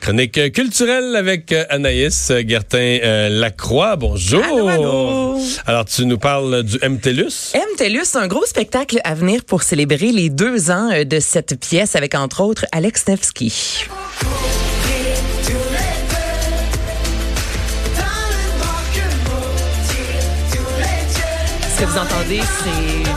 Chronique culturelle avec euh, Anaïs Gertin-Lacroix. Bonjour. Allô, allô. Alors, tu nous parles du MTLUS. MTLUS, c'est un gros spectacle à venir pour célébrer les deux ans euh, de cette pièce avec, entre autres, Alex Nevsky. Ce que vous entendez, c'est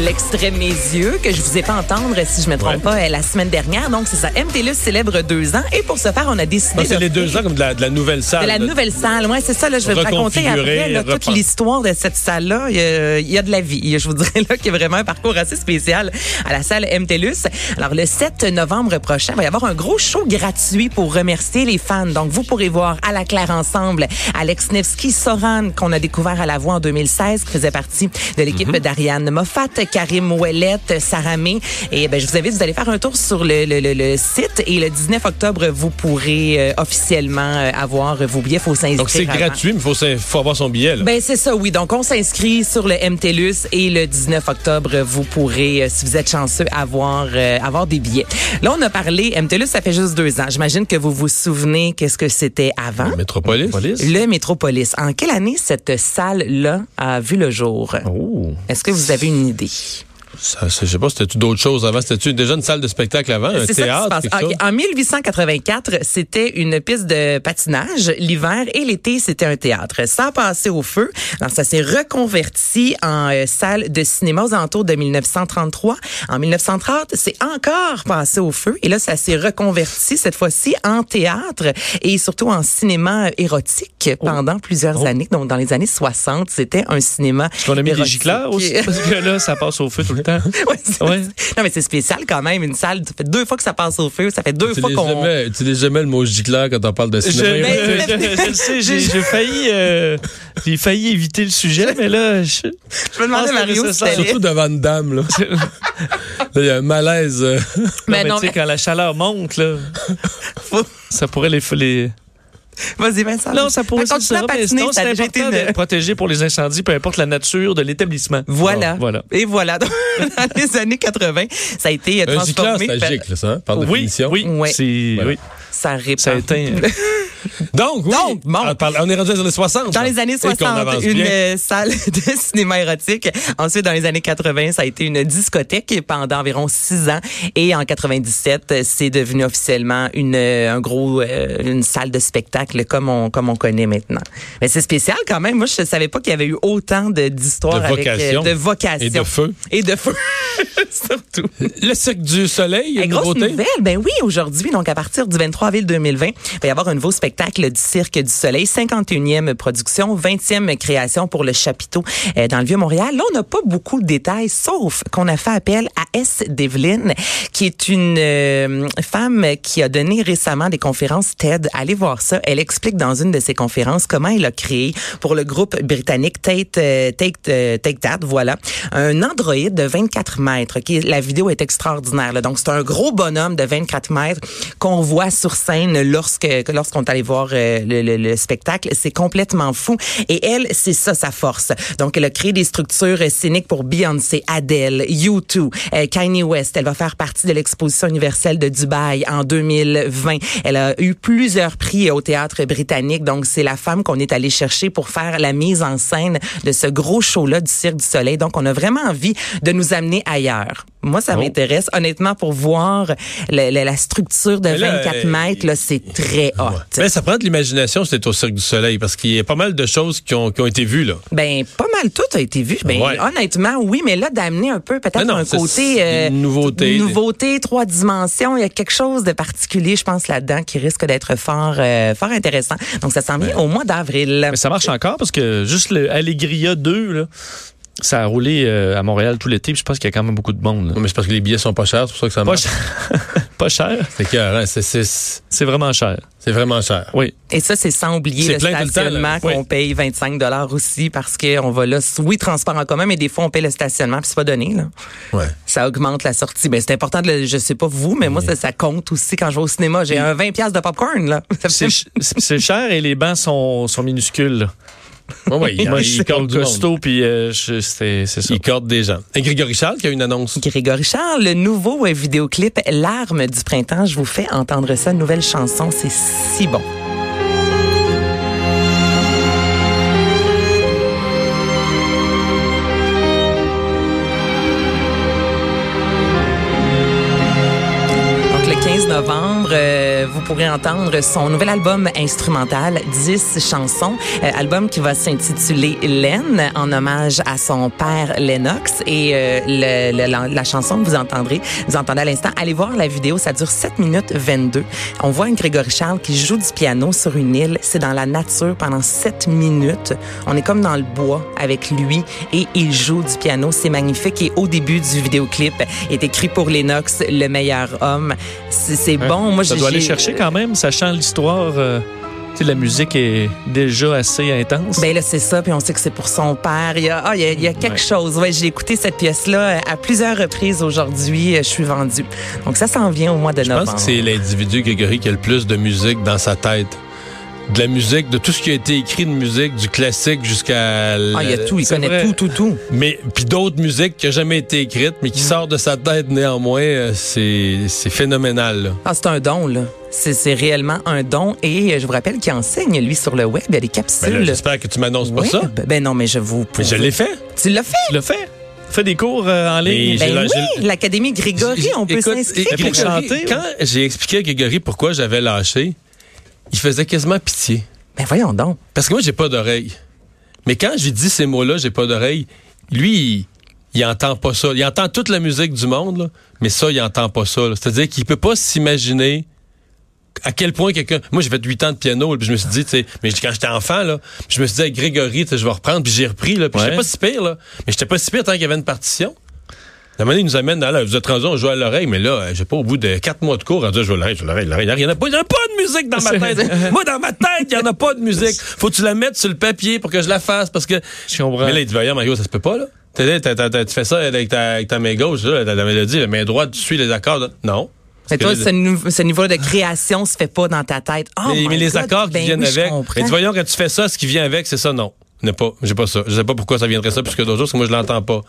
l'extrait Mes yeux que je vous ai pas entendre, si je me trompe Ouais. pas, euh, la semaine dernière. Donc, c'est ça. MTLUS célèbre deux ans et pour ce faire, on a décidé Ah, c'est les d'offrir- deux ans comme de la, de la nouvelle salle. de la là. nouvelle salle, ouais, c'est ça. Là, je vais vous raconter Reconfigurer, après là, toute repen- l'histoire de cette salle-là. Il y, a, il y a de la vie. Je vous dirais là qu'il y a vraiment un parcours assez spécial à la salle MTLUS. Alors le 7 novembre prochain, il va y avoir un gros show gratuit pour remercier les fans. Donc vous pourrez voir à la claire ensemble Alex Nevsky, Soran qu'on a découvert à la voix en 2016, qui faisait partie de l'équipe Mhm. d'Ariane Moffat, Karim Ouellette, Sarah May. Et ben je vous invite, vous allez faire un tour sur le, le- le- le site et le 19 octobre vous pourrez euh, officiellement euh, avoir vos billets. Faut s'inscrire. Donc, c'est avant. gratuit, mais il faut, s'in- faut avoir son billet. là. Ben c'est ça, oui. Donc on s'inscrit sur le MTLUS et le 19 octobre, vous pourrez, euh, si vous êtes chanceux, avoir euh, avoir des billets. Là, on a parlé MTLUS, ça fait juste deux ans. J'imagine que vous vous souvenez qu'est-ce que c'était avant. Métropolis. Le Métropolis. En quelle année cette salle-là a vu le jour? Oh. Est-ce que vous avez une idée? Ça, c'est- je sais pas, c'était-tu d'autres choses avant? C'était-tu déjà une salle de spectacle avant? Un C'est ça qui se théâtre? passe. quelque Ah, chose? ok. En 1884, c'était une piste de patinage l'hiver et l'été, c'était un théâtre. Ça a passé au feu. Alors, ça s'est reconverti en euh, salle de cinéma aux alentours de 1933. En 1930, c'est encore passé au feu. Et là, ça s'est reconverti cette fois-ci en théâtre et surtout en cinéma euh, érotique Oh. pendant plusieurs années. Donc, dans les années 60, c'était un cinéma Puis On a mis des érotique. giclards aussi, parce que là, ça passe au feu tout le temps. Ouais, c'est- Ouais. Non, mais c'est spécial quand même. Une salle, ça fait deux fois que ça passe au feu. Ça fait deux Tu fois dis qu'on... jamais, tu dis jamais le mot gicleur quand on parle de Je, cinéma. Mais- je- je- je le sais, j'ai j'ai failli, euh, j'ai failli éviter le sujet, mais là, je, Je me demandais, pense que Mario, si Ah, nécessaire. t'allais- Surtout devant une dame, là. Là, Il y a un malaise. euh. Mais Non, mais non, tu sais, mais- quand la chaleur monte, là, ça pourrait les, les- Vas-y, Vincent. Non, ça pourrait Fait que ça, Ah, continue à mais patiner, sinon, ça a c'est déjà été important une- de protéger pour les incendies, peu importe la nature de l'établissement. Voilà. Bon, voilà. Et voilà. Dans les années 80, ça a été euh, Un gicleur, transformé. c'est un par- gicle, ça, hein, par Oui, définition. oui, Ouais. Ah. c'est- Voilà. oui, Ça répand. ça a éteint. Donc, oui. Donc, bon. on, parle- on est rendu dans les années 60. Dans là. les années Et qu'on 60, avance une bien. euh, salle de cinéma érotique. Ensuite, dans les années 80, ça a été une discothèque pendant environ six ans. Et en 97, euh, c'est devenu officiellement une euh, un gros euh, une salle de spectacle comme on comme on connaît maintenant. Mais c'est spécial quand même. Moi, je savais pas qu'il y avait eu autant de d'histoires De avec euh, vocations. de vocations Et de feu. et de feu surtout. Le cirque du soleil, euh, Hey, une grosse nouveauté. nouvelle, ben oui, aujourd'hui, donc à partir du 23 avril 2020, il va y avoir un nouveau spectacle du Cirque du Soleil, 51e production, 20e création pour le chapiteau euh, dans le Vieux-Montréal. Là, on n'a pas beaucoup de détails, sauf qu'on a fait appel à S. Devlin, qui est une euh, femme qui a donné récemment des conférences TED. Allez voir ça. Elle explique dans une de ses conférences comment elle a créé pour le groupe britannique Tate, euh, Take, euh, Take That, voilà, un androïde de 24 mètres. Qui, la vidéo est extraordinaire. là. Donc, c'est un gros bonhomme de 24 mètres qu'on voit sur scène lorsque que- lorsqu'on est allé voir euh, le, le- le spectacle. C'est complètement fou. Et elle, c'est ça sa force. Donc, elle a créé des structures euh, scéniques pour Beyoncé, Adele, U2, euh, Kanye West. Elle va faire partie de l'exposition universelle de Dubaï en 2020. Elle a eu plusieurs prix euh, au théâtre britannique. Donc, c'est la femme qu'on est allé chercher pour faire la mise en scène de ce gros show-là du Cirque du Soleil. Donc, on a vraiment envie de nous amener ailleurs. Moi, Oh. ça m'intéresse, honnêtement, pour voir le- le- la structure de Mais là, 24 euh, mètres. Là, c'est très hot. Mais Ben, ça prend de l'imagination, c'était au cirque du soleil, parce qu'il y a pas mal de choses qui ont, qui ont été vues, là. Ben, pas mal tout a été vu. Ben, Ouais. honnêtement, oui, mais là, d'amener un peu peut-être Non, non, un c'est- côté... euh, c'est une nouveauté. Nouveauté, trois dimensions. Il y a quelque chose de particulier, je pense, là-dedans qui risque d'être fort, euh, fort intéressant. Donc, ça s'en vient au mois d'avril. mais ça marche encore, parce que juste le Allegria 2, là, ça a roulé euh, à Montréal tout l'été, puis je pense qu'il y a quand même beaucoup de monde. là. Non, mais c'est parce que les billets sont pas chers, c'est pour ça que ça Pas marche. cher. pas cher. C'est écœurant, c'est- c'est C'est vraiment cher. c'est vraiment cher. Oui. Et ça, c'est sans oublier C'est le plein tout le temps, stationnement là. qu'on Oui. paye 25 aussi parce qu'on va là, oui, transport en commun, mais des fois, on paye le stationnement, puis c'est pas donné. Là. Ouais. Ça augmente la sortie. Mais c'est important, de le- je sais pas vous, mais moi, ça, ça compte aussi quand je vais au cinéma. J'ai un 20 piastres de popcorn. Là. Ça C'est fait- ch- c'est cher et les bancs sont, sont minuscules. là. Ouais, ouais, il, Moi, il je suis corde du monde. costaud, puis euh, je- c'est c'est ça. Il corde des gens. Et Grégory Charles qui a une annonce. Grégory Charles, le nouveau euh, vidéoclip L'arme du printemps, je vous fais entendre ça, une nouvelle chanson, c'est si bon. Donc, Le 15 novembre, euh, vous pourrez entendre son nouvel album instrumental, 10 chansons, euh, album qui va s'intituler Len, en hommage à son père Lennox. Et euh, le- le- la, la chanson que vous entendrez, vous entendez à l'instant, allez voir la vidéo, ça dure 7 minutes 22. On voit un Grégory Charles qui joue du piano sur une île, c'est dans la nature pendant 7 minutes. On est comme dans le bois avec lui et il joue du piano, c'est magnifique. Et au début du vidéoclip, est écrit pour Lennox, le meilleur homme. C'est c'est bon, moi Ça j'ai- doit aller j'ai- chercher quand même, sachant l'histoire. euh, tu sais, la musique est déjà assez intense. Ben là, c'est ça, puis on sait que c'est pour son père. Il y a, ah, il y a, il y a quelque chose. Ouais, j'ai écouté cette pièce-là euh, à plusieurs reprises aujourd'hui. euh, Je suis vendue. Donc ça s'en vient au mois de Je novembre. pense que c'est l'individu, Grégory, qui a le plus de musique dans sa tête. De la musique, de tout ce qui a été écrit de musique, du classique jusqu'à... ah, il y a la- tout, il c'est connaît vrai. tout, tout, tout. Mais puis d'autres musiques qui n'ont jamais été écrites, mais Mm. qui sortent de sa tête néanmoins, euh, c'est c'est phénoménal. là. Ah, c'est un don, là. C'est c'est réellement un don. Et euh, je vous rappelle qu'il enseigne, lui, sur le web. Il y a des Ben là, capsules. J'espère que tu m'annonces pas Web. ça. Ben non, mais je vous... Mais je l'ai fait. Tu l'as fait? Tu le fais? Fais des cours euh, en Mais ligne. j'ai la- Ben oui, j'ai- l'Académie Grégory, on peut Écoute, s'inscrire. hein? Grégory, pour chanter, Quand j'ai expliqué à Grégory pourquoi j'avais lâché, il faisait quasiment pitié. Ben voyons donc. Parce que moi, j'ai pas d'oreille. Mais quand j'ai dit ces mots-là, j'ai pas d'oreille, lui, il, il entend pas ça. Il entend toute la musique du monde, là, mais ça, il entend pas ça. là. C'est-à-dire qu'il peut pas s'imaginer à quel point quelqu'un. Moi, j'ai fait 8 ans de piano, puis je me suis dit, tu sais, mais quand j'étais enfant, là, puis je me suis dit, Hey, Grégory, tu sais, je vais reprendre, puis j'ai repris, là, puis j'étais Ouais. pas si pire, là. Mais j'étais pas si pire tant qu'il y avait une partition. La manière, il nous amène dans là, vous êtes rendu, on joue à l'oreille, mais là, euh, j'ai pas au bout de quatre mois de cours, on dit, je joue à l'oreille, je joue à l'oreille, l'oreille, l'oreille. Il n'y en a pas, il y en a pas de musique dans ma tête. Moi, dans ma tête, il n'y en a pas de musique. Faut que tu la mettes sur le papier pour que je la fasse, parce que. Je comprends. Mais là, il dit, voyons, Mario, ça se peut pas, là. T'as- t'as- t'as- t'as- Tu fais ça avec ta, avec ta main gauche, là, la, la mélodie, la main droite, tu suis les accords. là. Non. Mais toi, Parce que- ce, nou- ce niveau de création se fait pas dans ta tête. Oh mais, my mais les God, accords qui ben viennent oui, je avec. comprends. Et tu voyons, quand tu fais ça, ce qui vient avec, c'est ça, non. N'est pas, j'ai pas ça. Je sais pas pourquoi ça viendrait ça, puisque d'autres jours, parce que moi, je l'entends pas.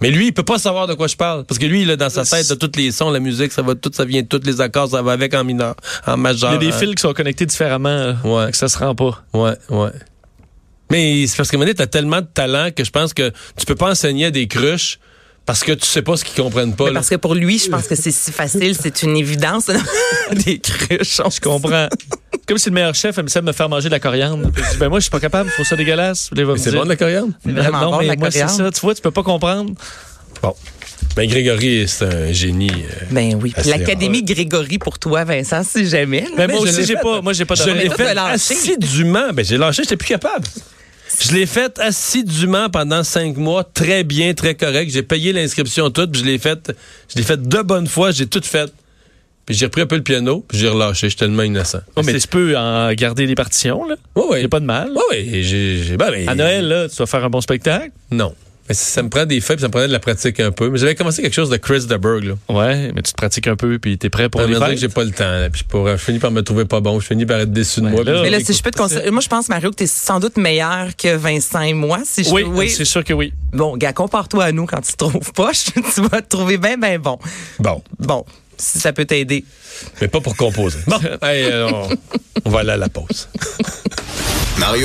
Mais lui, il peut pas savoir de quoi je parle. Parce que lui, il a dans sa tête, de tous les sons, la musique, ça va tout, ça vient de tous les accords, ça va avec en mineur, en majeur. euh, Il y a des en- fils qui sont connectés différemment. euh, Ouais. Que ça se rend pas. Ouais, ouais. Mais c'est parce que, à un moment donné, t'as tellement de talent que je pense que tu peux pas enseigner à des cruches parce que tu sais pas ce qu'ils comprennent pas. Mais là. parce que pour lui, je pense que c'est si facile, c'est une évidence. Des cruches. on Je comprends. Comme si le meilleur chef aimait ça me faire manger de la coriandre. Puis je dis, ben moi, je suis pas capable, je trouve ça dégueulasse. Puis là, il va Mais me c'est dire, bon, de la coriandre? C'est vraiment non, bon, mais la moi, c'est coriandre. ça. Tu vois, tu peux pas comprendre. Bon. Ben, Grégory, c'est un génie. euh, Ben oui. Puis Assez L'Académie Grégory pour toi, Vincent, si jamais. là. Mais Mais Ben moi je aussi, l'ai j'ai fait. pas, moi, j'ai pas Je d'oreille. l'ai toi, fait t'as lâché. assidûment. Ben, j'ai lâché, j'étais plus capable. Je l'ai fait assidûment pendant cinq mois, très bien, très correct. J'ai payé l'inscription toute, puis je l'ai faite. Je l'ai faite deux bonnes fois, j'ai tout fait. Puis j'ai repris un peu le piano, puis j'ai relâché. J'étais tellement innocent. Ouais, mais tu peux en garder les partitions, là. Oui, Il y a pas de mal. oui, j'ai. j'ai- ben, ben, À Noël, là, tu vas faire un bon spectacle. Non. Mais ça me prend des faits, puis ça me prenait de la pratique un peu. Mais j'avais commencé quelque chose de Chris DeBerg, là. Ouais, Ben, mais tu te pratiques un peu, puis t'es prêt pour Pour les dire que fêtes. j'ai pas le temps, là, puis je, pourrais- je finis par me trouver pas bon, je finis par être déçu de Ouais, moi. Ben là- Mais puis là, je- si je peux te conseiller, moi, je pense, Mario, que tu es sans doute meilleur que Vincent et moi. Si je, Oui, c'est sûr que oui. Bon, gars, compare-toi à nous quand tu te trouves poche. tu vas te trouver bien, bien bon. Bon. Bon, si ça peut t'aider. Mais pas pour composer. Bon. Hey, euh, on- on va aller à la pause. Mario.